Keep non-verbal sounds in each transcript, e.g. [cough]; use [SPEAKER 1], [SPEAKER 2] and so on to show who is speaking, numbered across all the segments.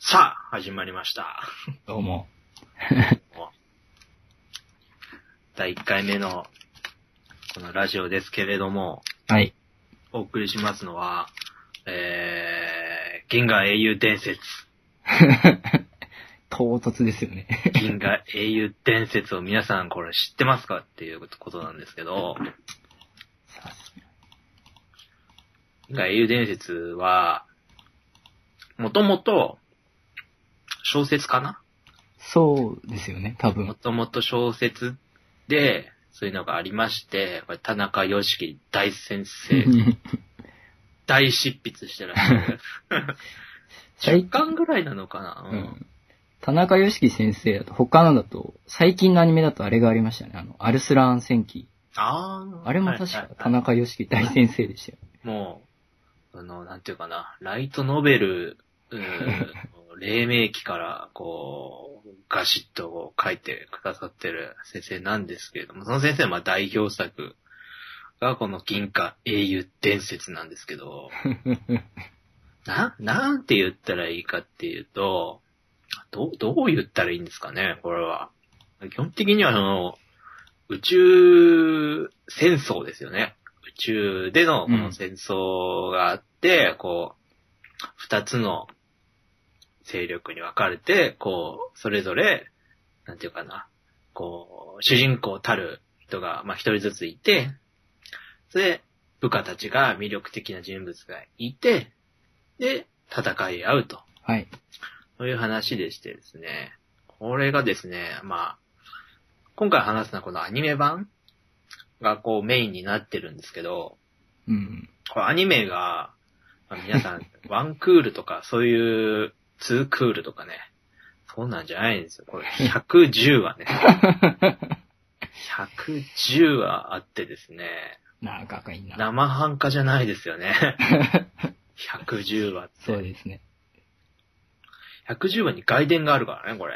[SPEAKER 1] さあ、始まりました。
[SPEAKER 2] どうも。
[SPEAKER 1] 第1回目の、このラジオですけれども、
[SPEAKER 2] はい。 [laughs]
[SPEAKER 1] お送りしますのは、えー、銀河英雄伝説、
[SPEAKER 2] 唐突ですよね。
[SPEAKER 1] 銀河英雄伝説を皆さんこれ知ってますかっていうことなんですけど、
[SPEAKER 2] さすが
[SPEAKER 1] 銀河英雄伝説は、もともと、小説かな
[SPEAKER 2] そうですよね、多分
[SPEAKER 1] も。ともと小説で、そういうのがありまして、これ田中良樹大先生大執筆してらっしゃる。
[SPEAKER 2] 最
[SPEAKER 1] 10巻ぐらいなのかな、
[SPEAKER 2] う
[SPEAKER 1] うん、
[SPEAKER 2] ん。田中良樹先生だと、他のだと、最近のアニメだとあれがありましたね。あの、アルスラーン戦記。
[SPEAKER 1] ああ。
[SPEAKER 2] あれも確
[SPEAKER 1] はい
[SPEAKER 2] か
[SPEAKER 1] はい
[SPEAKER 2] 田中良樹大先生でしたよ。
[SPEAKER 1] もう、あの、なんていうかな、ライトノベル、
[SPEAKER 2] [laughs]
[SPEAKER 1] うん黎明期から、こう、ガシッとこう書いてくださってる先生なんですけれども、その先生のまあ代表作がこの銀貨英雄伝説なんですけど、 [laughs] な、なんて言ったらいいかっていうと、ど、どう言ったらいいんですかね、これは。基本的には、あの、宇宙戦争ですよね。宇宙でのこ
[SPEAKER 2] う
[SPEAKER 1] の
[SPEAKER 2] ん
[SPEAKER 1] 戦争があって、こう、二つの勢力に分かれて、こう、それぞれ、なんていうかな、こう、主人公たる人が、まあ、一人ずついて、それで、部下たちが魅力的な人物がいて、で、戦い合うと。
[SPEAKER 2] はい。
[SPEAKER 1] そういう話でしてですね。これがですね、まあ、今回話すのはこのアニメ版がこうメインになってるんですけど、
[SPEAKER 2] うん。
[SPEAKER 1] これアニメが、まあ皆さん、 [laughs] ワンクールとか、そういう、ツークールとかね、そうなんじゃないんですよ。これ、110話ね。110話あってですね、
[SPEAKER 2] なんか赤いな。
[SPEAKER 1] 生半可じゃないですよね。110話って。
[SPEAKER 2] そうですね。
[SPEAKER 1] 110話に外伝があるから
[SPEAKER 2] [laughs]
[SPEAKER 1] ね、これ。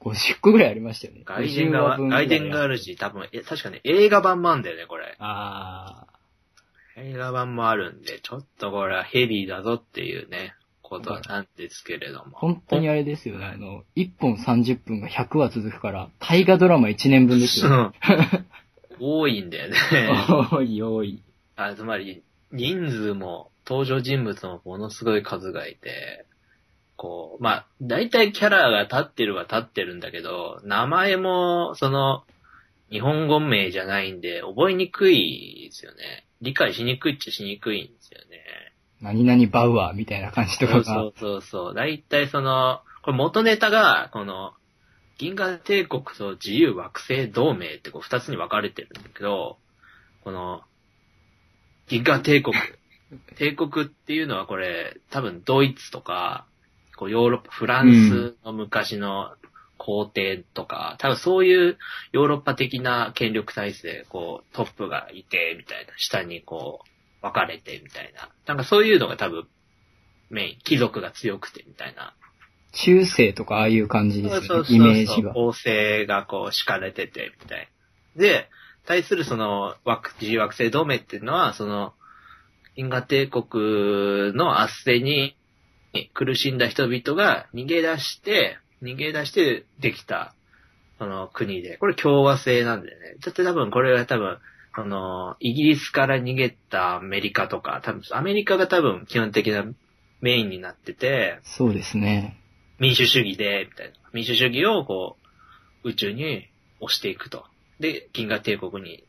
[SPEAKER 2] 50個ぐらいありましたよね。
[SPEAKER 1] 外伝
[SPEAKER 2] 50
[SPEAKER 1] が、
[SPEAKER 2] 話分ぐら
[SPEAKER 1] 外
[SPEAKER 2] い
[SPEAKER 1] 伝があるし、多分、え、確かね、映画版もあるんだよね、これ。
[SPEAKER 2] あ
[SPEAKER 1] 映画版もあるんで、ちょっとこれはヘビーだぞっていうね、ことなんですけれども。
[SPEAKER 2] ー。本当にあれですよね。あの、1本30分が100話続くから、大河ドラマ1年分ですよね。
[SPEAKER 1] うん多いんだよ
[SPEAKER 2] [laughs]
[SPEAKER 1] ね。
[SPEAKER 2] おいおい。
[SPEAKER 1] あつまり、人数も、登場人物もものすごい数がいて、こう、まあ、大体キャラが立ってるは立ってるんだけど、名前も、その、日本語名じゃないんで、覚えにくいですよね。理解しにくいっちゃしにくいんですよね。
[SPEAKER 2] 何々バウアーみたいな感じとかが。
[SPEAKER 1] そうそうそうそう。だいたいその、これ元ネタが、この、銀河帝国と自由惑星同盟ってこう二つに分かれてるんだけど、この、銀河帝国。帝国っていうのはこれ、多分ドイツとか、こうヨーロッパ、フランスの昔の皇帝とか、多分そういうヨーロッパ的な権力体制、こうトップがいて、みたいな、下にこう分かれて、みたいな。なんかそういうのが多分メイン、貴族が強くて、みたいな。
[SPEAKER 2] 中世とかああいう感じです
[SPEAKER 1] そ
[SPEAKER 2] よ
[SPEAKER 1] う
[SPEAKER 2] ね、
[SPEAKER 1] そう
[SPEAKER 2] イメー
[SPEAKER 1] そ
[SPEAKER 2] ジ
[SPEAKER 1] う。
[SPEAKER 2] が。
[SPEAKER 1] 王政がこう敷かれてて、みたいな。で、対するその、惑自由惑星同盟っていうのは、その、銀河帝国の圧政に苦しんだ人々が逃げ出して、逃げ出してできた、その国で。これ共和制なんだよね。だって多分これは多分、その、イギリスから逃げたアメリカとか、多分アメリカが多分基本的なメインになってて、
[SPEAKER 2] そうですね。
[SPEAKER 1] 民主主義で、みたいな。民主主義をこう、宇宙に押していくと。で、銀河帝国に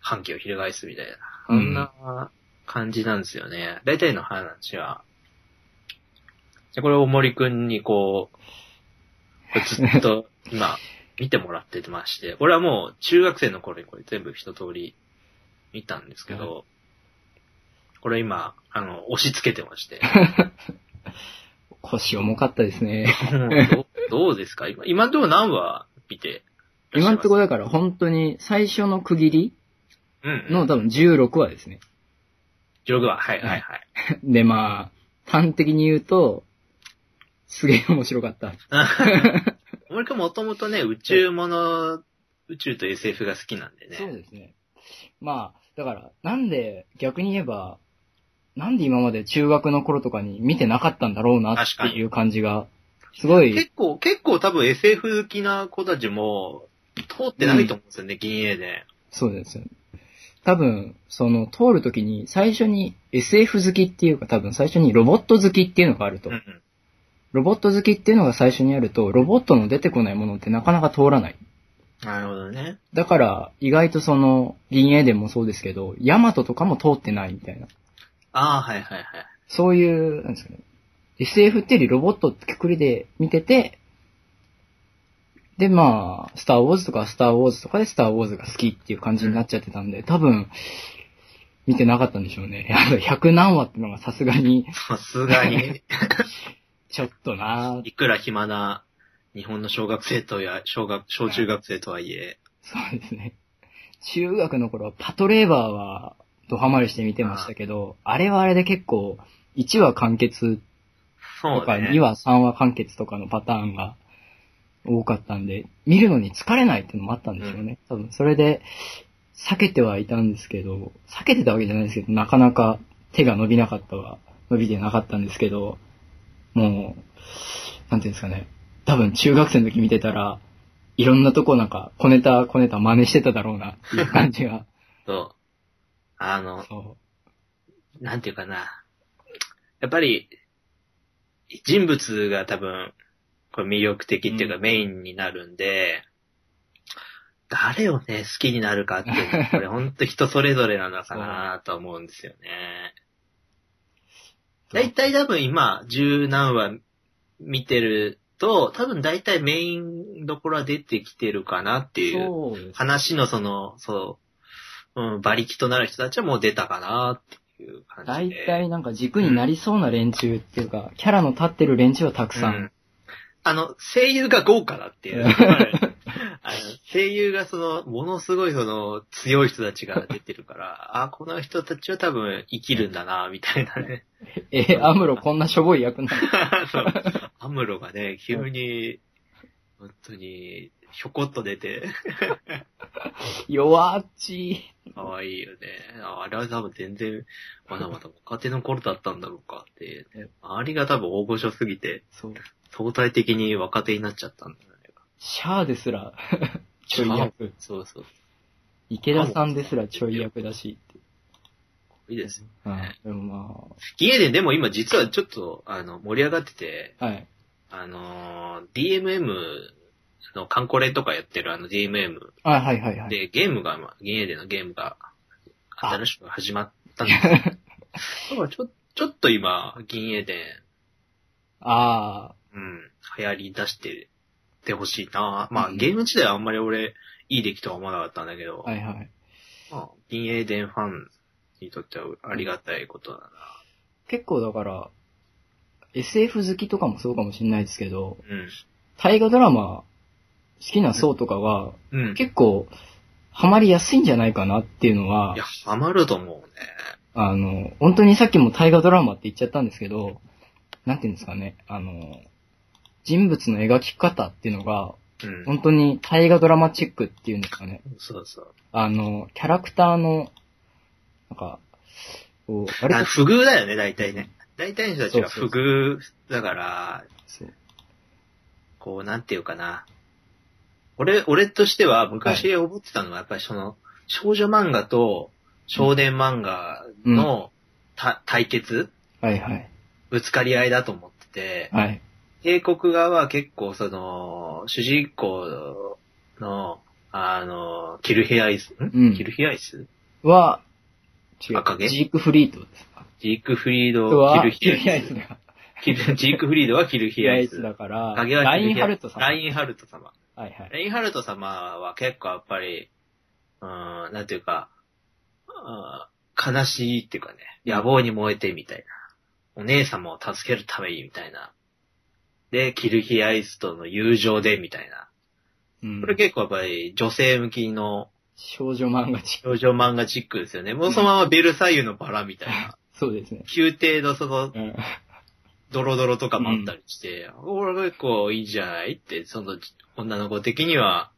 [SPEAKER 1] 反旗を翻すみたいな。そんな感じなんですよね。大体の話は。で、これを森くんにこう、これずっと今、見てもらってまして、俺はもう中学生の頃にこれ全部一通り見たんですけど、これ今、あの、押し付けてまして。
[SPEAKER 2] 腰重かったですね。
[SPEAKER 1] どどう [laughs] ですか今、今でも何話見てらっしゃ
[SPEAKER 2] 今
[SPEAKER 1] い
[SPEAKER 2] ん
[SPEAKER 1] ます
[SPEAKER 2] とこだから本当に最初の区切り
[SPEAKER 1] うん、うん。
[SPEAKER 2] の多分16話ですね。 [laughs]
[SPEAKER 1] 16話。はいはいはい。
[SPEAKER 2] でまあ、端的に言うと、すげえ面白かった。
[SPEAKER 1] [laughs] 森君もともとね、宇宙もの、宇宙と SF が好きなんでね。
[SPEAKER 2] そうですね。まあ、だから、なんで逆に言えば、なんで今まで中学の頃とかに見てなかったんだろうな
[SPEAKER 1] 確
[SPEAKER 2] って
[SPEAKER 1] かに
[SPEAKER 2] いう感じが、すごい、
[SPEAKER 1] 結構、結構多分 SF 好きな子たちも、通ってないと思うんですよね、銀英伝。
[SPEAKER 2] そうですよね。多分、その、通るときに、最初に SF 好きっていうか、多分最初にロボット好きっていうのがあると
[SPEAKER 1] うんう。ん。
[SPEAKER 2] ロボット好きっていうのが最初にあると、ロボットの出てこないものってなかなか通らない。
[SPEAKER 1] なるほどね。
[SPEAKER 2] だから、意外とその、銀英伝もそうですけど、ヤマトとかも通ってないみたいな。
[SPEAKER 1] ああ、はいはいはい。
[SPEAKER 2] そういう、なんですかね。SF っていうよりロボットってくくりで見てて、で、まあ、スターウォーズとかスターウォーズとかでスターウォーズが好きっていう感じになっちゃってたんで、多分、見てなかったんでしょうね。 [laughs] あの、100何話ってのがさすがに、
[SPEAKER 1] さすが [laughs] に、
[SPEAKER 2] ちょっとなぁ
[SPEAKER 1] いくら暇な日本の小学生とや、小学、小中学生とはいえ、
[SPEAKER 2] そうですね。中学の頃はパトレーバーはドハマりして見てましたけど、あれはあれで結構、1話完結
[SPEAKER 1] そ
[SPEAKER 2] と
[SPEAKER 1] う
[SPEAKER 2] か
[SPEAKER 1] ね。
[SPEAKER 2] 2話、3話完結とかのパターンが多かったんで、見るのに疲れないっていうのもあったんですよね。多分それで、避けてはいたんですけど、避けてたわけじゃないですけど、なかなか手が伸びなかったは、伸びてなかったんですけど、もう、なんていうんですかね。多分中学生の時見てたら、いろんなとこなんか、小ネタ、小ネタ真似してただろうなっていう感じ [laughs] が。
[SPEAKER 1] そう。あの、
[SPEAKER 2] そ
[SPEAKER 1] なんていうかな。やっぱり、人物が多分、これ魅力的っていうか
[SPEAKER 2] うん
[SPEAKER 1] メインになるんで、誰をね、好きになるかっていうのは、これほんと人それぞれなのかなと思うんですよね。
[SPEAKER 2] [laughs] そう
[SPEAKER 1] 大体多分今、十何話見てると、多分大体メインどころは出てきてるかなって
[SPEAKER 2] う。
[SPEAKER 1] いう、
[SPEAKER 2] そうです
[SPEAKER 1] 話のその、そう、うん、馬力となる人たちはもう出たかなっていう感
[SPEAKER 2] 大
[SPEAKER 1] じで。
[SPEAKER 2] 体なんか軸になりそうな連中っていうか、キャラの立ってる連中はたくさ。
[SPEAKER 1] うんんあの、声優が豪華だって
[SPEAKER 2] [laughs]
[SPEAKER 1] いう。あの声優がその、ものすごいその、強い人たちが出てるから、あ、この人たちは多分生きるんだな、みたいなね。 [laughs]
[SPEAKER 2] え、アムロこんなしょぼい役なの [laughs]
[SPEAKER 1] そうアムロがね、急に、本当に、ひょこっと出て、
[SPEAKER 2] 弱っち
[SPEAKER 1] かわいいよね。ああれは多分全然、まだまだ若手の頃だったんだろうかって、ね。周りが多分大御所すぎて、
[SPEAKER 2] そう。
[SPEAKER 1] 相対的に若手になっちゃったんだよね。
[SPEAKER 2] シャアです [laughs] ら、ちょい役。
[SPEAKER 1] そうそう。
[SPEAKER 2] [laughs] 池田さんですらちょい役だしって。
[SPEAKER 1] いいですね
[SPEAKER 2] はい。でも
[SPEAKER 1] 家ででも今実はちょっと、あの、盛り上がってて、
[SPEAKER 2] まあ、はい。
[SPEAKER 1] あのー DMM のカンコレとかやってるあの DMM
[SPEAKER 2] あ、はいはいはい。
[SPEAKER 1] で、ゲームが、まあ、家でのゲームが、
[SPEAKER 2] あ
[SPEAKER 1] 新しく始まったんです [laughs] だからちょ、ちょっと今、銀英伝、
[SPEAKER 2] ああ、
[SPEAKER 1] うん、流行り出してってほしいなまあ、
[SPEAKER 2] うん
[SPEAKER 1] ゲーム自体はあんまり俺、いい出来とは思わなかったんだけど、
[SPEAKER 2] はいはい。
[SPEAKER 1] まあ、銀英伝ファンにとってはありがたいことだな。
[SPEAKER 2] 結構だから、SF 好きとかもそうかもしれないですけど、
[SPEAKER 1] うん。
[SPEAKER 2] 大河ドラマ好きな層とかは、
[SPEAKER 1] うん。い
[SPEAKER 2] 結構、ハマりやすいんじゃないかなっていうのは
[SPEAKER 1] や、、ハマると思うね。
[SPEAKER 2] あの、本当にさっきも大河ドラマって言っちゃったんですけど、なんていうんですかね、あの、人物の描き方っていうのが、
[SPEAKER 1] うん。
[SPEAKER 2] 本当に大河ドラマチックっていうんですかね。
[SPEAKER 1] そうそう。
[SPEAKER 2] あの、キャラクターの、なんか、こう、割
[SPEAKER 1] あ
[SPEAKER 2] と、
[SPEAKER 1] 不遇だよね、大体ね。大体の人たちが
[SPEAKER 2] そ
[SPEAKER 1] 不
[SPEAKER 2] うそ
[SPEAKER 1] 遇だから、
[SPEAKER 2] そう
[SPEAKER 1] こう、なんていうかな。俺、俺としては昔思ってたのは、やっぱりその、少女漫画と少年漫画のた対決、
[SPEAKER 2] はいはい。
[SPEAKER 1] ぶつかり合いだと思ってて、
[SPEAKER 2] はい。
[SPEAKER 1] 帝国側は結構その、主人公の、あの、キルヘアイス、ん
[SPEAKER 2] うん
[SPEAKER 1] キルヘアイス
[SPEAKER 2] は、違
[SPEAKER 1] 赤毛
[SPEAKER 2] う。ジークフリートですか
[SPEAKER 1] ジークフリード、
[SPEAKER 2] は、
[SPEAKER 1] キルヘ
[SPEAKER 2] ア
[SPEAKER 1] ア
[SPEAKER 2] イ
[SPEAKER 1] イ
[SPEAKER 2] ス
[SPEAKER 1] ス。
[SPEAKER 2] だ。
[SPEAKER 1] キルジークフリードはキル
[SPEAKER 2] キル
[SPEAKER 1] ヘ
[SPEAKER 2] ヘ
[SPEAKER 1] ア
[SPEAKER 2] ア
[SPEAKER 1] イ
[SPEAKER 2] イ
[SPEAKER 1] ス
[SPEAKER 2] ス。だから、
[SPEAKER 1] 影は
[SPEAKER 2] ラインハルトさん。
[SPEAKER 1] ラインハルト様。
[SPEAKER 2] はいはい。
[SPEAKER 1] ラインハルト様は結構やっぱり、うーん、なんていうか、あー悲しいっていうかね、野望に燃えてみたいな。お姉様を助けるためにみたいな。で、キルヒアイスとの友情でみたいな。
[SPEAKER 2] うん
[SPEAKER 1] これ結構やっぱり女性向きの
[SPEAKER 2] 少女漫画チック。
[SPEAKER 1] 少女漫画チックですよね。もうそのままベルサイユのバラみたいな。
[SPEAKER 2] そうですね。
[SPEAKER 1] 宮廷のその
[SPEAKER 2] うん。
[SPEAKER 1] ドロドロとかもあったりして、俺が結構いいんじゃないって、その女の子的には、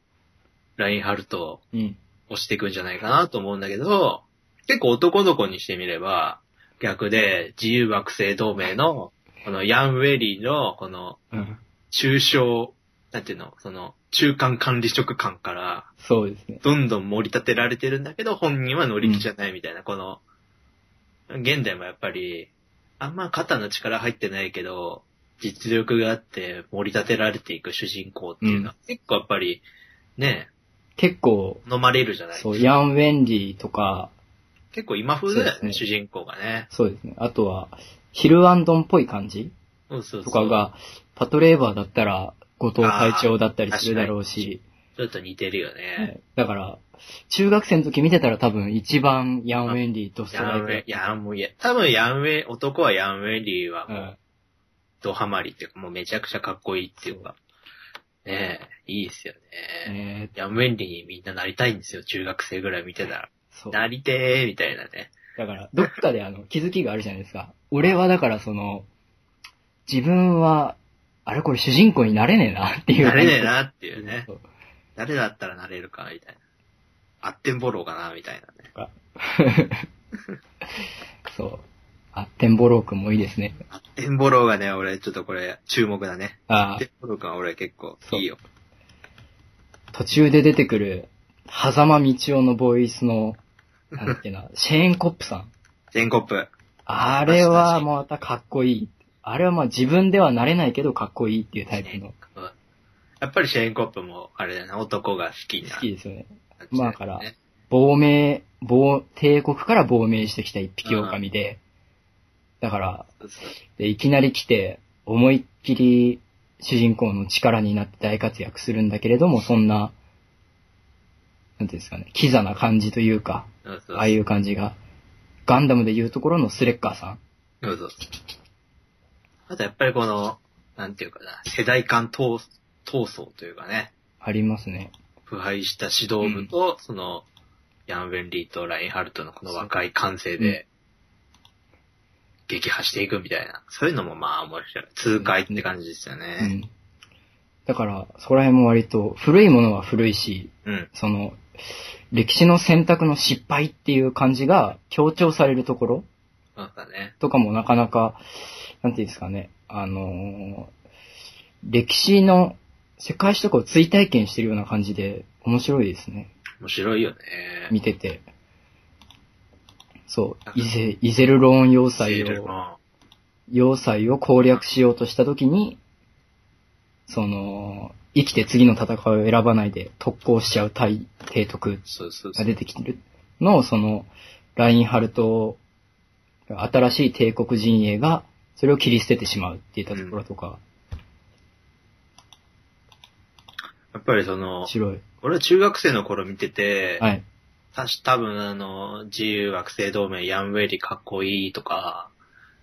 [SPEAKER 1] ラインハルト
[SPEAKER 2] うん。
[SPEAKER 1] を押していくんじゃないかなと思うんだけど、結構男の子にしてみれば、逆で、自由惑星同盟の、このヤンウェリーの、この、
[SPEAKER 2] うん。
[SPEAKER 1] 中小、なんていうの、その、中間管理職官から、
[SPEAKER 2] そうですね。
[SPEAKER 1] どんどん盛り立てられてるんだけど、本人は乗り気じゃないみたいな、この、現代もやっぱり、あんま肩の力入ってないけど、実力があって盛り立てられていく主人公っていうのは、結構やっぱり、ね、
[SPEAKER 2] 結構、
[SPEAKER 1] 飲まれるじゃない
[SPEAKER 2] そう、ヤン・ウェンリーとか、
[SPEAKER 1] 結構今風だよ
[SPEAKER 2] そう
[SPEAKER 1] ね、
[SPEAKER 2] です
[SPEAKER 1] 主人公がね。
[SPEAKER 2] そうですね。あとは、ヒルアンドンっぽい感じ
[SPEAKER 1] そうそうそ
[SPEAKER 2] と
[SPEAKER 1] う。
[SPEAKER 2] かが、パトレーバーだったら、後藤会長だったりするだろうし、
[SPEAKER 1] ちょっと似てるよね。
[SPEAKER 2] はいだから、中学生の時見てたら多分一番ヤン・ウェンリーとスト
[SPEAKER 1] ヤ
[SPEAKER 2] ラ
[SPEAKER 1] ンウェ
[SPEAKER 2] イ
[SPEAKER 1] イ、ヤンウェイ、多分ヤンウェイ、男はヤンウェイリーは
[SPEAKER 2] ク。う
[SPEAKER 1] もうんドハマりっていうか、もうめちゃくちゃかっこいいっていうか、ねえ、いいっすよね。
[SPEAKER 2] ね
[SPEAKER 1] ヤンウェンリーにみんななりたいんですよ、中学生ぐらい見てたら。
[SPEAKER 2] そう。
[SPEAKER 1] なりてー、みたいなね。
[SPEAKER 2] だから、どっかであの、気づきがあるじゃないですか。俺はだからその、自分は、あれこれ主人公になれねえなっていう。
[SPEAKER 1] なれねえなっていうね。
[SPEAKER 2] そう。
[SPEAKER 1] 誰だったらなれるか、みたいな。あってんぼろうかな、みたいなね。
[SPEAKER 2] そう。あ、テンボロー君もいいですね。
[SPEAKER 1] あってんぼろうがね、俺、ちょっとこれ、注目だね。あ
[SPEAKER 2] あ
[SPEAKER 1] ってんぼろうが俺結構いいよ。
[SPEAKER 2] 途中で出てくる、狭間道夫のボイスの、なんだっけな、シェーンコップさん。
[SPEAKER 1] 全コップ。
[SPEAKER 2] あれはまたかっこいい。あれはまあ自分ではなれないけどかっこいいっていうタイプの、
[SPEAKER 1] やっぱりシェーンコップも、あれだよね、男が好きな
[SPEAKER 2] 好
[SPEAKER 1] 感じ
[SPEAKER 2] き
[SPEAKER 1] だよね。
[SPEAKER 2] ですよね。まあから亡命、亡、帝国から亡命してきた一匹狼で、だから、
[SPEAKER 1] そうそう
[SPEAKER 2] で、いきなり来て、思いっきり主人公の力になって大活躍するんだけれども、そんな、なんていうんですかね、キザな感じというか、
[SPEAKER 1] そうそう。
[SPEAKER 2] ああいう感じが、ガンダムでいうところのスレッカーさん。
[SPEAKER 1] そうそう。あとやっぱりこの、なんていうかな、世代間闘闘争というかね、
[SPEAKER 2] ありますね。
[SPEAKER 1] 腐敗した指導部と、その、ヤン・ウェンリーとラインハルトのこの若い感性で、撃破していくみたいな。そういうのもまあ面白い。痛快って感じですよ
[SPEAKER 2] う
[SPEAKER 1] ね。
[SPEAKER 2] ん。だから、そこら辺も割と、古いものは古いし、
[SPEAKER 1] うん。
[SPEAKER 2] その、歴史の選択の失敗っていう感じが強調されるところ
[SPEAKER 1] そうだね。
[SPEAKER 2] とかもなかなか、なんていうんですかね、あのー歴史の世界史とかを追体験してるような感じで面白いですね。
[SPEAKER 1] 面白いよね。
[SPEAKER 2] 見てて。そう
[SPEAKER 1] あ、
[SPEAKER 2] イゼ、イゼルローン要塞
[SPEAKER 1] セール
[SPEAKER 2] を、
[SPEAKER 1] の
[SPEAKER 2] 要塞を攻略しようとしたときに、その、生きて次の戦いを選ばないで特攻しちゃう大帝徳
[SPEAKER 1] そうそうそ
[SPEAKER 2] が
[SPEAKER 1] う。
[SPEAKER 2] 出てきてるのを、その、ラインハルト、新しい帝国陣営が、それを切り捨ててしまうっていったところとか、
[SPEAKER 1] やっぱりその
[SPEAKER 2] 面、白い。
[SPEAKER 1] 俺は中学生の頃見てて、
[SPEAKER 2] はい。
[SPEAKER 1] たし、多分あの、自由惑星同盟、ヤンウェイリかっこいいとか、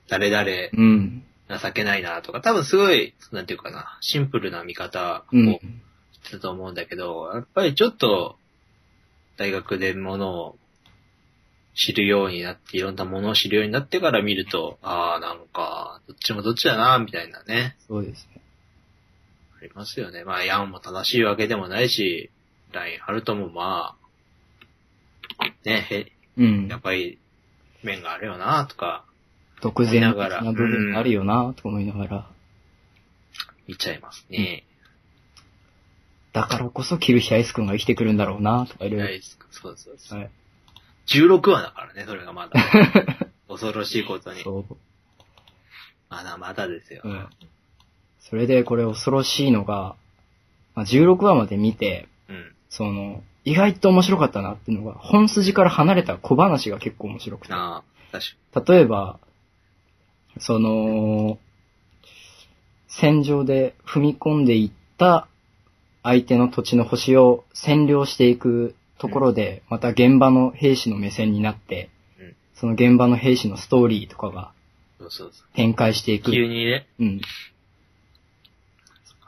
[SPEAKER 1] 誰々
[SPEAKER 2] うん。
[SPEAKER 1] 情けないなとか、多分すごい、なんていうかな、シンプルな見方
[SPEAKER 2] う
[SPEAKER 1] を
[SPEAKER 2] ん。
[SPEAKER 1] してたと思うんだけど、やっぱりちょっと、大学でものを知るようになって、いろんなものを知るようになってから見ると、ああ、なんか、どっちもどっちだな、みたいなね、
[SPEAKER 2] そうですね。
[SPEAKER 1] ありますよね。まあ、ヤンも正しいわけでもないし、ラインハルトもまあ、ね、へ
[SPEAKER 2] うん
[SPEAKER 1] や。っぱり、面があるよなとか、
[SPEAKER 2] 独善的な部分があるよな、と思いながら。
[SPEAKER 1] 見ちゃいますね。
[SPEAKER 2] だからこそ、キルヒアイス君が生きてくるんだろうな、とかいろ
[SPEAKER 1] 大
[SPEAKER 2] い
[SPEAKER 1] 好きそうそうそ
[SPEAKER 2] ろ。
[SPEAKER 1] う。
[SPEAKER 2] はい。
[SPEAKER 1] 16話だからね、それがまだ。
[SPEAKER 2] [laughs]
[SPEAKER 1] 恐ろしいことに。
[SPEAKER 2] そう。
[SPEAKER 1] まだまだですよ。
[SPEAKER 2] うん。それで、これ恐ろしいのが、まあ、16話まで見て、
[SPEAKER 1] うん。
[SPEAKER 2] その、意外と面白かったなっていうのが、本筋から離れた小話が結構面白くて。
[SPEAKER 1] なあ、確
[SPEAKER 2] 例えば、その、戦場で踏み込んでいった相手の土地の星を占領していくところで、また現場の兵士の目線になって
[SPEAKER 1] うん、
[SPEAKER 2] その現場の兵士のストーリーとかが
[SPEAKER 1] そうそうそ。
[SPEAKER 2] 展開していうく。
[SPEAKER 1] 急にね、
[SPEAKER 2] うん。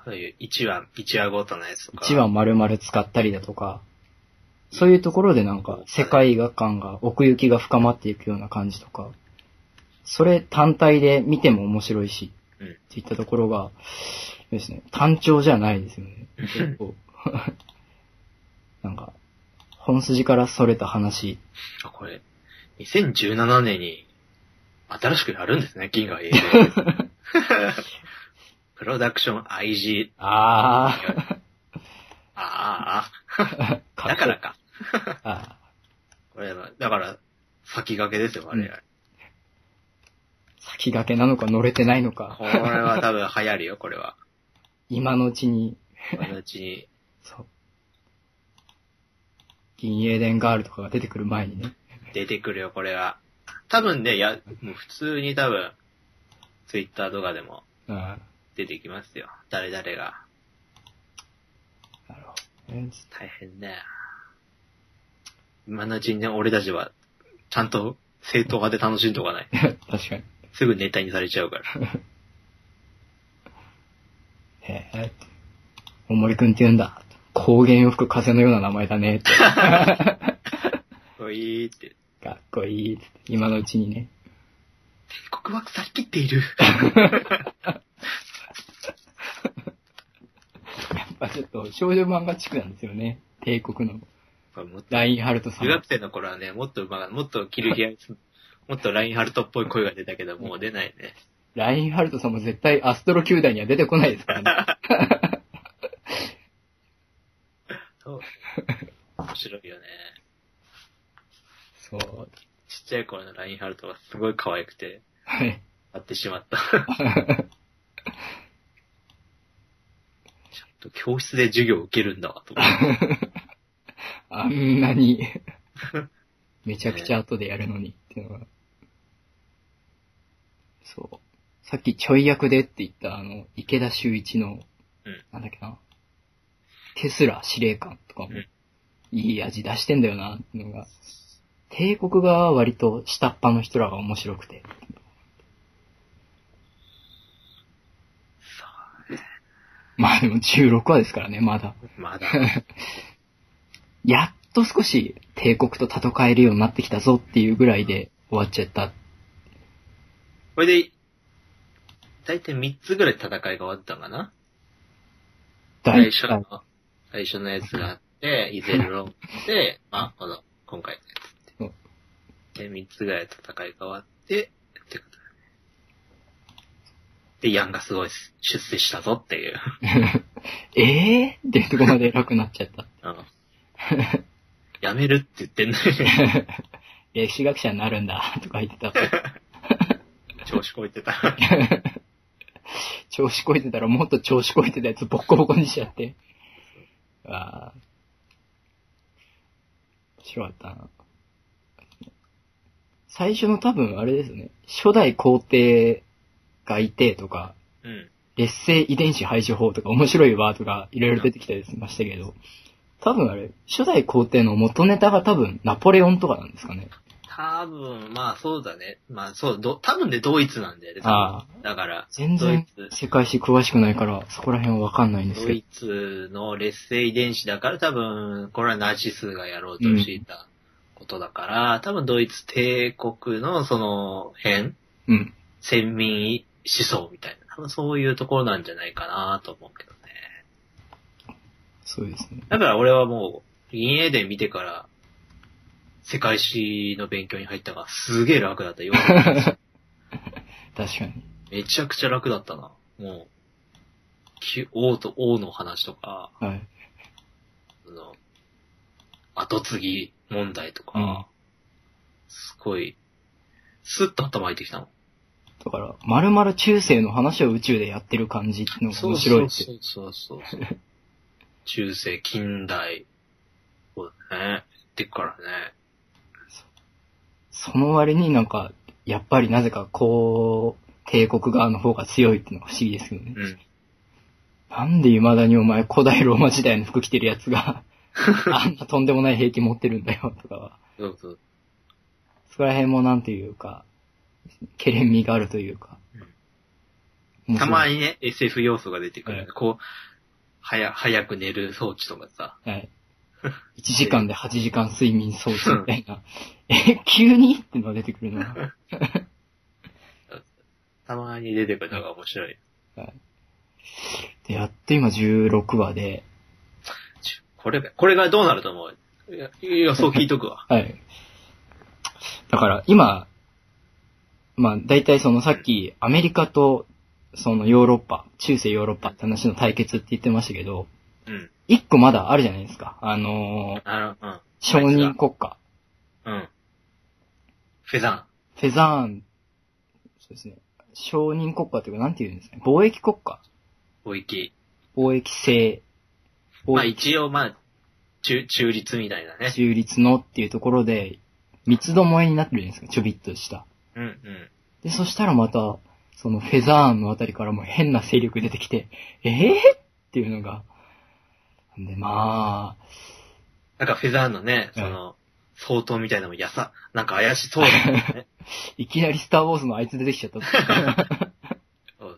[SPEAKER 1] そういう1話、1話ごとのやつとか。
[SPEAKER 2] 1話丸々使ったりだとか、そういうところでなんか世界観が奥行きが深まっていくような感じとか、それ単体で見ても面白いし、
[SPEAKER 1] うん
[SPEAKER 2] っていったところが、ですね、単調じゃないですよね。結構なんか、本筋からそれた話。
[SPEAKER 1] あこれ、2017年に新しくやるんですね、銀河英雄。プロダクション IG。
[SPEAKER 2] あ
[SPEAKER 1] ああ、
[SPEAKER 2] あ。
[SPEAKER 1] だからか。
[SPEAKER 2] っこいい。ああ
[SPEAKER 1] これは、だから、先駆けですよ、あれ。
[SPEAKER 2] 先駆けなのか乗れてないのか
[SPEAKER 1] こ。れは多分流行るよ、これは。
[SPEAKER 2] 今のうちに、
[SPEAKER 1] このうちに。
[SPEAKER 2] そう。銀英伝ガールとかが出てくる前にね。
[SPEAKER 1] 出てくるよ、これは。多分ね、いや、もう普通に多分、ツイッターとかでも
[SPEAKER 2] うん。
[SPEAKER 1] 出てきますよ。誰々が。
[SPEAKER 2] なるほどね。
[SPEAKER 1] 大変ね。今のうちにね、俺たちは、ちゃんと正当派で楽しんとかない。 [laughs]
[SPEAKER 2] 確かに。
[SPEAKER 1] すぐネタにされちゃうから。
[SPEAKER 2] へえ。大森くんって言うんだ。高原を吹く風のような名前だね。って
[SPEAKER 1] おいーって、
[SPEAKER 2] かっこいいっつって。今のうちにね。
[SPEAKER 1] 告白されきっている。
[SPEAKER 2] やっぱちょっと少女漫画地区なんですよね。帝国の
[SPEAKER 1] もっと
[SPEAKER 2] ラインハルトさん
[SPEAKER 1] 中。学生の頃はね、もっとまあもっとキルヒア、もっとラインハルトっぽい声が出たけど、もう出ないね。
[SPEAKER 2] ラインハルトさんも絶対アストロ球団には出てこないですからね。
[SPEAKER 1] そう。面白いよね。
[SPEAKER 2] [laughs] そう。
[SPEAKER 1] ちっちゃい頃のラインハルトがすごい可愛くて、
[SPEAKER 2] はい。
[SPEAKER 1] 買ってしま [laughs] った。ちょっと教室で授業を受けるんだわ、と思って。
[SPEAKER 2] あん
[SPEAKER 1] [laughs]
[SPEAKER 2] なに、めちゃくちゃ後でやるのにっていうのが。そう。さっきちょい役でって言ったあの、池田修一の、
[SPEAKER 1] うん
[SPEAKER 2] なんだっけな。テスラ司令官とかも
[SPEAKER 1] うん、
[SPEAKER 2] いい味出してんだよなっていうのが。帝国が割と下っ端の人らが面白くて。まあでも16話ですからね、まだ。
[SPEAKER 1] まだ。
[SPEAKER 2] やっと少し帝国と戦えるようになってきたぞっていうぐらいで終わっちゃった。
[SPEAKER 1] これで、だいたい3つぐらい戦いが終わったのかな最初の、最初のやつがあって、イゼルロン
[SPEAKER 2] [laughs]
[SPEAKER 1] で、まあ、この、今回のやつって。で、3つぐらい戦いが終わって、ってことだね。で、ヤンがすごい出世したぞって
[SPEAKER 2] [laughs]
[SPEAKER 1] いう。
[SPEAKER 2] ええー、っていうとこまで偉くなっちゃった。 [laughs]
[SPEAKER 1] うんやめるって言ってんのに、
[SPEAKER 2] 歴史学者になるんだ、 [laughs] とか言ってた。
[SPEAKER 1] 調子こいてた。
[SPEAKER 2] 調子こいてたらもっと調子こいてたやつボッコボコにしちゃって。ああ。面白かったな。最初の多分あれですよね。初代皇帝がいてとか、
[SPEAKER 1] うん。
[SPEAKER 2] 劣勢遺伝子排除法とか面白いワードがいろいろ出てきたりしましたけど、多分あれ、初代皇帝の元ネタが多分ナポレオンとかなんですかね。
[SPEAKER 1] 多分、まあそうだね。まあそう、ど、多分でドイツなんだよね。
[SPEAKER 2] ああ、
[SPEAKER 1] だから、
[SPEAKER 2] 全
[SPEAKER 1] ドイツ、
[SPEAKER 2] 然世界史詳しくないから、そこら辺はわかんないんです
[SPEAKER 1] ド
[SPEAKER 2] けど
[SPEAKER 1] イ。ツの劣勢遺伝子だから多分、これはナチスがやろうとしていたことだから、多分ドイツ帝国のその辺、
[SPEAKER 2] うん。
[SPEAKER 1] 先民思想みたいな、多分そういうところなんじゃないかなと思うけどね。
[SPEAKER 2] そうですね。
[SPEAKER 1] だから俺はもう、陰影伝見てから、世界史の勉強に入ったが、すげえ楽だったよ。
[SPEAKER 2] [laughs] 確かに。
[SPEAKER 1] めちゃくちゃ楽だったな。もう、き王と王の話とか、
[SPEAKER 2] はい。
[SPEAKER 1] その、後継ぎ問題とか、
[SPEAKER 2] うん。
[SPEAKER 1] すごい、スッと頭入ってきたの。
[SPEAKER 2] だから、まるまる中世の話を宇宙でやってる感じっていうのが面白いって。
[SPEAKER 1] そうそうそうそう [laughs] そう。中世、近代、そうだね。やってくからね。
[SPEAKER 2] その割になんか、やっぱりなぜかこう、帝国側の方が強いっていうのが不思議ですよね。
[SPEAKER 1] うん。
[SPEAKER 2] なんで未だにお前古代ローマ時代の服着てるや
[SPEAKER 1] [laughs]
[SPEAKER 2] つが、あんなとんでもない兵器持ってるんだよとかは、
[SPEAKER 1] そうそう。
[SPEAKER 2] そこら辺もなんていうか、ケレン味があるというか。
[SPEAKER 1] たま
[SPEAKER 2] に。
[SPEAKER 1] にね、SF 要素が出てくるよね。こう、はや、早く寝る装置とかさ。
[SPEAKER 2] はい。1時間で8時間睡眠装置みた
[SPEAKER 1] [laughs]
[SPEAKER 2] いな。え、急にってのが出てくるのは。
[SPEAKER 1] たまに出てくるのが面白い。
[SPEAKER 2] で、やっと今16話で、
[SPEAKER 1] ちこれが、これがどうなると思うい
[SPEAKER 2] [laughs]
[SPEAKER 1] や、予想聞いとくわ。
[SPEAKER 2] はい。だから今、まあ、大体そのさっき、アメリカと、そのヨーロッパ、中世ヨーロッパって話の対決って言ってましたけど、
[SPEAKER 1] うん。
[SPEAKER 2] 一個まだあるじゃないですか。あのー、
[SPEAKER 1] あの、
[SPEAKER 2] 承認国家。
[SPEAKER 1] うん。うん。フェザ
[SPEAKER 2] フェザーン、そうですね。承認国家っていうか、なんて言うんですかね。貿易国家
[SPEAKER 1] ン、貿易。
[SPEAKER 2] 貿易制。
[SPEAKER 1] まあ
[SPEAKER 2] 貿易
[SPEAKER 1] 一応、まあ、中、中立みたいなね。
[SPEAKER 2] 中立のっていうところで、三つどもえになってるじゃないですか。ちょびっとした。
[SPEAKER 1] うんうん。
[SPEAKER 2] で、そしたらまた、そのフェザーンのあたりからも変な勢力出てきて、えぇ、っていうのが。で、まあ、
[SPEAKER 1] なんかフェザーのね、その、相当みたいなのもやさ、なんか怪しそうだよ [laughs] ね。
[SPEAKER 2] いきなりスターウォーズのあいつ出てきちゃった。
[SPEAKER 1] そうそうそう。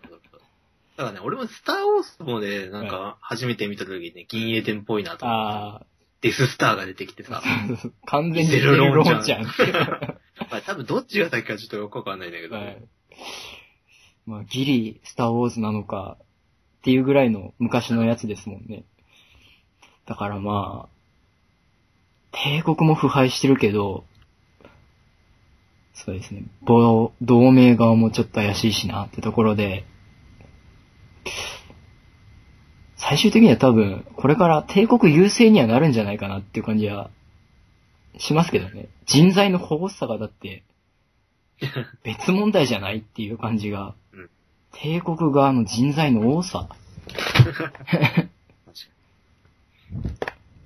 [SPEAKER 1] だからね、俺もスターウォーズもね、なんか、初めて見た時にね、銀英伝っぽいなと思って。
[SPEAKER 2] あ
[SPEAKER 1] デススターが出てきて [laughs] さ。
[SPEAKER 2] あ、完全にゼロロンちゃん。
[SPEAKER 1] まあ多分どっちが先かちょっとよくわかんないんだけど、
[SPEAKER 2] はい。まあ、ギリ、スターウォーズなのか、っていうぐらいの昔のやつですもんね。だからまあ、帝国も腐敗してるけど、そうですね、ぼ同盟側もちょっと怪しいしなってところで、最終的には多分、これから帝国優勢にはなるんじゃないかなっていう感じは、しますけどね。人材の保護さがだって、別問題じゃないっていう感じ
[SPEAKER 1] う
[SPEAKER 2] が、
[SPEAKER 1] ん
[SPEAKER 2] 帝国側の人材の
[SPEAKER 1] [laughs]
[SPEAKER 2] 多さ。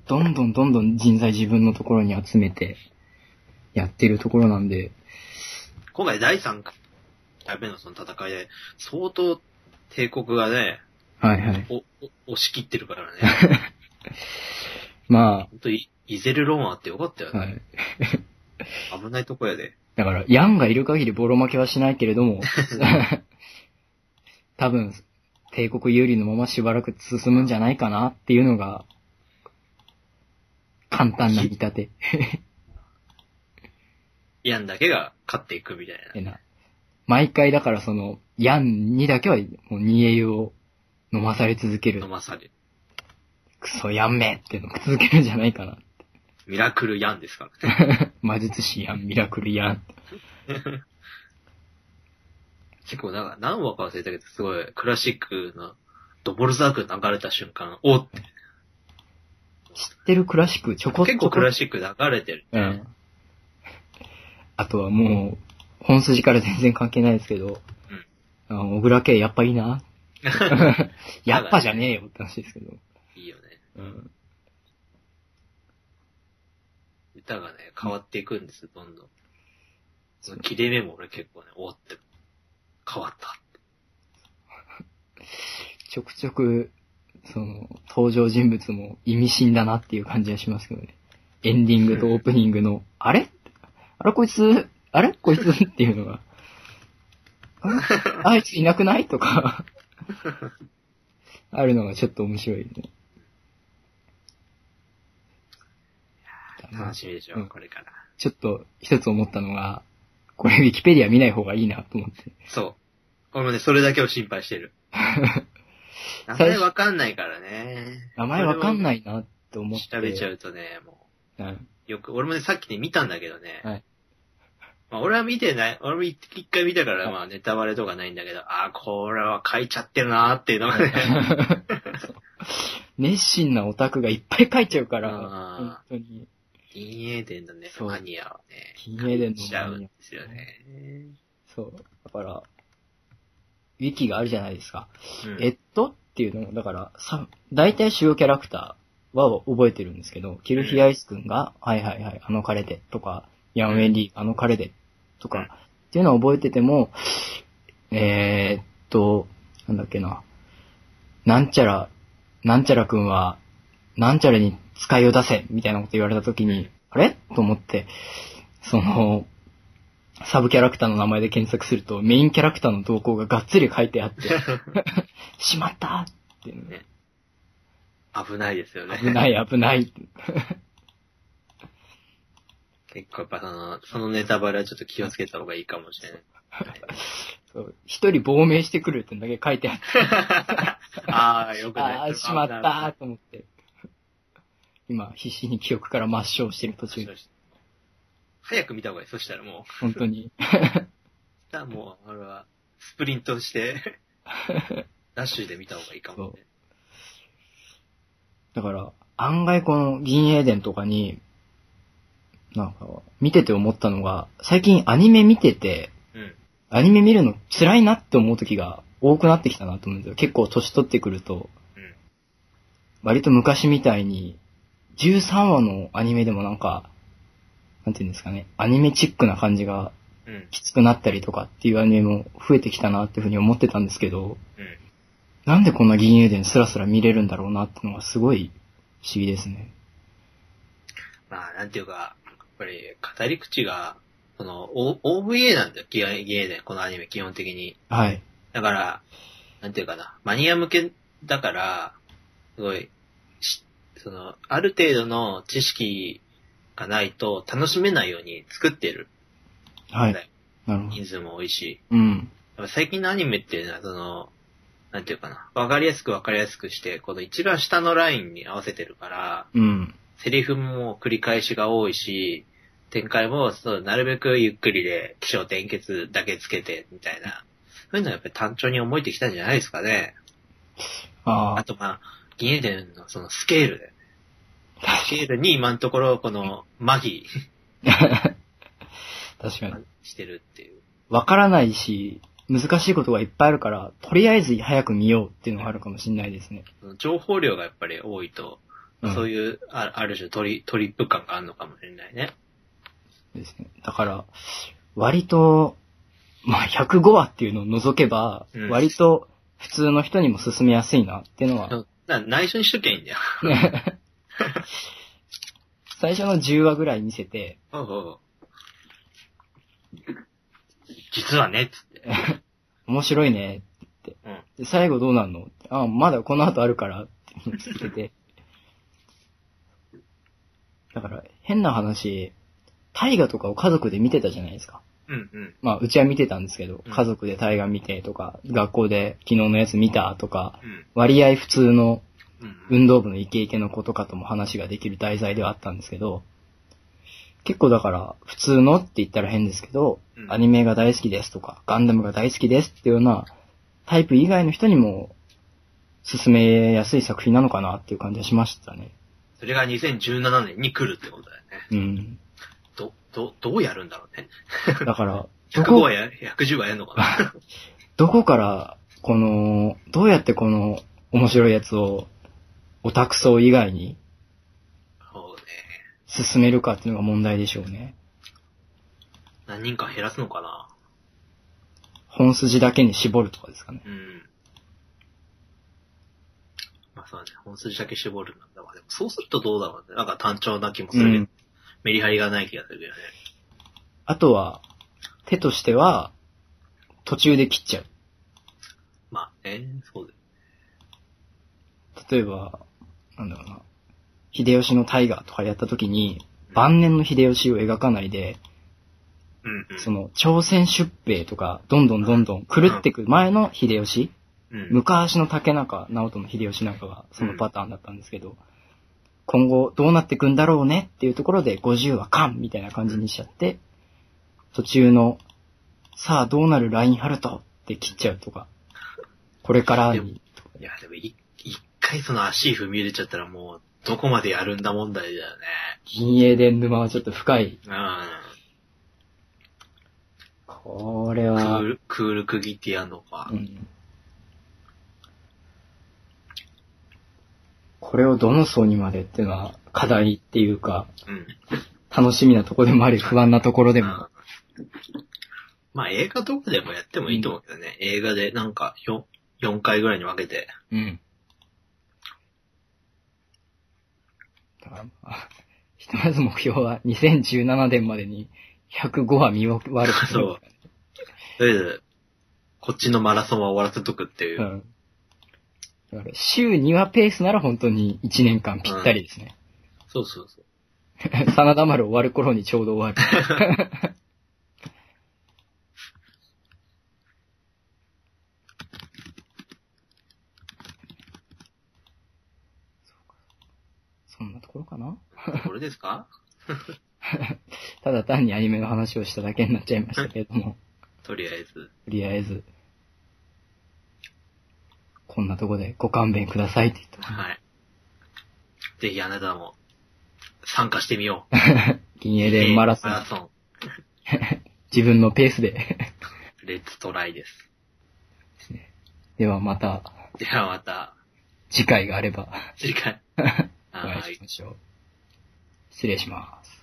[SPEAKER 2] どんどんどんどん人材自分のところに集めて、やってるところなんで、
[SPEAKER 1] 今回第3回目のその戦いで、相当帝国がね、
[SPEAKER 2] はいはい。
[SPEAKER 1] お、お押し切ってるから [laughs] ね。
[SPEAKER 2] ま
[SPEAKER 1] ほんとイ、イゼルローンあってよかったよ
[SPEAKER 2] あ、
[SPEAKER 1] ね。
[SPEAKER 2] はい。
[SPEAKER 1] 危ないとこやで。
[SPEAKER 2] だから、ヤンがいる限りボロ負けはしないけれども、 [laughs] 多分、帝国有利のまましばらく進むんじゃないかなっていうのが、簡単な見立て。
[SPEAKER 1] ヤンだけが勝っていくみたいな。
[SPEAKER 2] えな。毎回だからその、ヤンにだけはもう煮え湯を飲まされ続ける
[SPEAKER 1] 飲。まされる。
[SPEAKER 2] クソヤンめっていうのを続けるんじゃないかな。
[SPEAKER 1] ミラクルヤンですからね。
[SPEAKER 2] 魔術師やん、ミラクルやん。
[SPEAKER 1] 結構なんか何話か忘れたけど、すごいクラシックのドボルザーク流れた瞬間、おって
[SPEAKER 2] 知ってるクラシック、ちょこっと。
[SPEAKER 1] 結構クラシック流れてる、
[SPEAKER 2] う
[SPEAKER 1] ね
[SPEAKER 2] ん。あとはもう、本筋から全然関係ないですけど、あの小倉圭やっぱい
[SPEAKER 1] [laughs]
[SPEAKER 2] いな。やっぱじゃねえよって話ですけど。
[SPEAKER 1] いいよね。
[SPEAKER 2] うん。
[SPEAKER 1] 歌がね、変わっていくんですよ、どんどん。その切れ目も俺結構ね、おって、変わった。
[SPEAKER 2] ちょくちょく、その、登場人物も意味深だなっていう感じがしますけどね。エンディングとオープニングの、あれあれこいつ、あれこいつっていうのが。あれ [laughs] あいついなくないとか。 [laughs] あるのがちょっと面白いね。
[SPEAKER 1] 楽しみでしょ、
[SPEAKER 2] うん
[SPEAKER 1] これから。
[SPEAKER 2] ちょっと一つ思ったのが、これウィキペディア見ない方がいいなと思って。
[SPEAKER 1] そう。俺もね、それだけを心配してる。名前わかんないからね。
[SPEAKER 2] 名前わかん
[SPEAKER 1] い。
[SPEAKER 2] ないなって思って。
[SPEAKER 1] 調べちゃうとね、も
[SPEAKER 2] うん。
[SPEAKER 1] う、よく、俺もね、さっきね、見たんだけどね。
[SPEAKER 2] はい
[SPEAKER 1] まあ、俺は見てない、俺も一一回見たから、
[SPEAKER 2] はい
[SPEAKER 1] まあ、ネタバレとかないんだけど、ああ、これは書いちゃってるなーっていうのがね。
[SPEAKER 2] [laughs] 熱心なオタクがいっぱい書いちゃうから、
[SPEAKER 1] あー
[SPEAKER 2] 本 [laughs] 当に。
[SPEAKER 1] 銀英伝のね、
[SPEAKER 2] そう
[SPEAKER 1] マニアはね、
[SPEAKER 2] 銀英伝のマニア
[SPEAKER 1] しちゃうんですよね。
[SPEAKER 2] そう。だから、ウィキがあるじゃないですか。
[SPEAKER 1] うん
[SPEAKER 2] えっとっていうのも、だから、さ、大体主要キャラクターは覚えてるんですけど、キルヒアイス君が、はいはいはい、あの彼で、とか、ヤンウェンリー、あの彼で、
[SPEAKER 1] う
[SPEAKER 2] と
[SPEAKER 1] ん
[SPEAKER 2] か、っていうのは覚えてても、えー、っと、なんだっけな、なんちゃら、なんちゃら君は、なんちゃらに使いを出せ、みたいなこと言われた時に、あれと思って、その、サブキャラクターの名前で検索すると、メインキャラクターの動向ががっつり書いて
[SPEAKER 1] [laughs]
[SPEAKER 2] あって、しまったっていうね。
[SPEAKER 1] 危ないですよね。
[SPEAKER 2] 危ない危ない。
[SPEAKER 1] 結構やっぱその、そのネタバレはちょっと気をつけた方がいいかもし
[SPEAKER 2] [laughs]
[SPEAKER 1] れない。
[SPEAKER 2] そう一人亡命してくるってだけ書いてあって、
[SPEAKER 1] ああ、よくない。
[SPEAKER 2] ああ、しまったと思って。今、必死に記憶から抹消してる途中
[SPEAKER 1] 危ない。
[SPEAKER 2] で
[SPEAKER 1] 早く見た方がいい。そしたらも
[SPEAKER 2] 本当に。
[SPEAKER 1] じゃあもう、あれは、スプリントして、ダッシュで見た方がいいかもね。
[SPEAKER 2] だから、案外この銀英伝とかに、なんか、見てて思ったのが、最近アニメ見てて、
[SPEAKER 1] うん。
[SPEAKER 2] アニメ見るの辛いなって思う時が多くなってきたなと思うんですよ。結構年取ってくると、
[SPEAKER 1] うん
[SPEAKER 2] 割と昔みたいに、13話のアニメでもなんか、なんていうんですかね、アニメチックな感じが
[SPEAKER 1] うん。
[SPEAKER 2] きつくなったりとかっていうアニメも増えてきたなっていうふうに思ってたんですけど、
[SPEAKER 1] うん。
[SPEAKER 2] なんでこんな銀英伝スラスラ見れるんだろうなってのがすごい不思議ですね。
[SPEAKER 1] まあ、なんていうか、やっぱり、語り口が、その、O- OVA なんだよ、ゲーで、このアニメ、基本的に。
[SPEAKER 2] はい。
[SPEAKER 1] だから、なんていうかな、マニア向けだから、すごい、しその、ある程度の知識がないと楽しめないように作ってる。
[SPEAKER 2] はい
[SPEAKER 1] はい。
[SPEAKER 2] なるほど。
[SPEAKER 1] 人数も多いし。
[SPEAKER 2] うん。
[SPEAKER 1] やっぱ最近のアニメっていうのは、その、なんていうかな、わかりやすくわかりやすくして、この一番下のラインに合わせてるから、
[SPEAKER 2] うん。
[SPEAKER 1] セリフも繰り返しが多いし、展開も、そう、なるべくゆっくりで、気象転結だけつけて、みたいな。そういうのはやっぱり単調に思えてきたんじゃないですかね。
[SPEAKER 2] あ
[SPEAKER 1] あ
[SPEAKER 2] あ、
[SPEAKER 1] とまあ、銀エデンのそのスケールだよね。スケールに今のところ、この、マギ
[SPEAKER 2] [laughs] 確かに。
[SPEAKER 1] してるっていう。
[SPEAKER 2] わからないし、難しいことがいっぱいあるから、とりあえず早く見ようっていうのがあるかもしれないですね。
[SPEAKER 1] その情報量がやっぱり多いと、そう
[SPEAKER 2] い
[SPEAKER 1] いう、あある種トリ、トリップ感があるのかもしれないね。
[SPEAKER 2] うん。ですね。だから、割と、まあ、105話っていうのを除けば
[SPEAKER 1] うん、
[SPEAKER 2] 割と普通の人にも進めやすいなっていうのは、
[SPEAKER 1] そうだから内緒にしときゃいいんだよ。
[SPEAKER 2] [laughs] 最初の10話ぐらい見せて、
[SPEAKER 1] そうそうそう実はね、つって。
[SPEAKER 2] 面白いねって言って、で最後どうなんのああ、まだこの後あるからって続けて。だから、変な話、大河とかを家族で見てたじゃないですか。
[SPEAKER 1] うんうん。
[SPEAKER 2] まあ、うちは見てたんですけど、
[SPEAKER 1] うん
[SPEAKER 2] 家族で大河見てとか、学校で昨日のやつ見たとか、
[SPEAKER 1] うん。
[SPEAKER 2] 割合普通の
[SPEAKER 1] うん。
[SPEAKER 2] 運動部のイケイケの子とかとも話ができる題材ではあったんですけど、結構だから、普通のって言ったら変ですけど、
[SPEAKER 1] うん
[SPEAKER 2] アニメが大好きですとか、ガンダムが大好きですっていうようなタイプ以外の人にも進めやすい作品なのかなっていう感じはしましたね。
[SPEAKER 1] それが2017年に来るってことだよね。 [laughs]
[SPEAKER 2] うん。
[SPEAKER 1] ど、ど、どうやるんだろうね。
[SPEAKER 2] だから、ど
[SPEAKER 1] 105
[SPEAKER 2] こ
[SPEAKER 1] は、や、110はやるのかな。
[SPEAKER 2] どこから、この、どうやってこの面白いやつを、オタク層以外に
[SPEAKER 1] そうね。
[SPEAKER 2] 進めるかっていうのが問題でしょうね。
[SPEAKER 1] 何人か減らすのかな。
[SPEAKER 2] 本筋だけに絞るとかですかね。
[SPEAKER 1] うん。まあそうだね。本筋だけ絞るんだわ。でもそうするとどうだろうね。なんか単調な気もす
[SPEAKER 2] う
[SPEAKER 1] るけど、
[SPEAKER 2] ん。
[SPEAKER 1] メリハリがない気がするけどね。
[SPEAKER 2] あとは、手としては、途中で切っちゃう。
[SPEAKER 1] まあね、そうだよ。
[SPEAKER 2] 例えば、なんだろうな、秀吉の大河とかやった時に、
[SPEAKER 1] うん
[SPEAKER 2] 晩年の秀吉を描かないで、
[SPEAKER 1] うんうん。
[SPEAKER 2] その、朝鮮出兵とか、どんどんどんどん狂ってく前の秀吉、
[SPEAKER 1] うん。
[SPEAKER 2] 昔の竹中直人の秀吉なんかがそのパターンだったんですけど、今後どうなってくんだろうねっていうところで50はカンみたいな感じにしちゃって、途中の、さあどうなるラインハルトって切っちゃうとか、これからに、
[SPEAKER 1] いや、でもい、一回その足踏み入れちゃったらもう、どこまでやるんだ問題だよね。
[SPEAKER 2] 銀英伝沼はちょっと深い
[SPEAKER 1] うん。
[SPEAKER 2] こ
[SPEAKER 1] ク
[SPEAKER 2] れ
[SPEAKER 1] ー
[SPEAKER 2] は、
[SPEAKER 1] ル、クール区切ってやんのか。
[SPEAKER 2] うんこれをどの層にまでっていうのは課題っていうか、
[SPEAKER 1] うん。
[SPEAKER 2] 楽しみなところでもあり不安なところでも。
[SPEAKER 1] うんまあ映画とかでもやってもいいと思うけどね。映画でなんか4、4回ぐらいに分けて。
[SPEAKER 2] うん。だからまあ、ひとまず目標は2017年までに105話見終わること。
[SPEAKER 1] そうとりあえず、こっちのマラソンは終わらせとくっていうう。
[SPEAKER 2] ん。だから週2話ペースなら本当に1年間ぴったりですね。
[SPEAKER 1] そうそうそう。
[SPEAKER 2] 真田丸終わる頃にちょうど終わる。 [laughs] そんなところかな
[SPEAKER 1] これですか [laughs]
[SPEAKER 2] ただ単にアニメの話をしただけになっちゃいましたけれども。
[SPEAKER 1] とりあえず。
[SPEAKER 2] とりあえず、こんなとこでご勘弁くださいって言った。
[SPEAKER 1] はい。ぜひあなたも参加してみよ
[SPEAKER 2] 銀
[SPEAKER 1] う。
[SPEAKER 2] エレンマラソン
[SPEAKER 1] マ、ラソン。
[SPEAKER 2] 自分のペースで。 [laughs]
[SPEAKER 1] レッツトライです。
[SPEAKER 2] ではまた、
[SPEAKER 1] ではまた
[SPEAKER 2] 次回があれば、 [laughs]
[SPEAKER 1] 次回。
[SPEAKER 2] お会いしましょう。失礼します。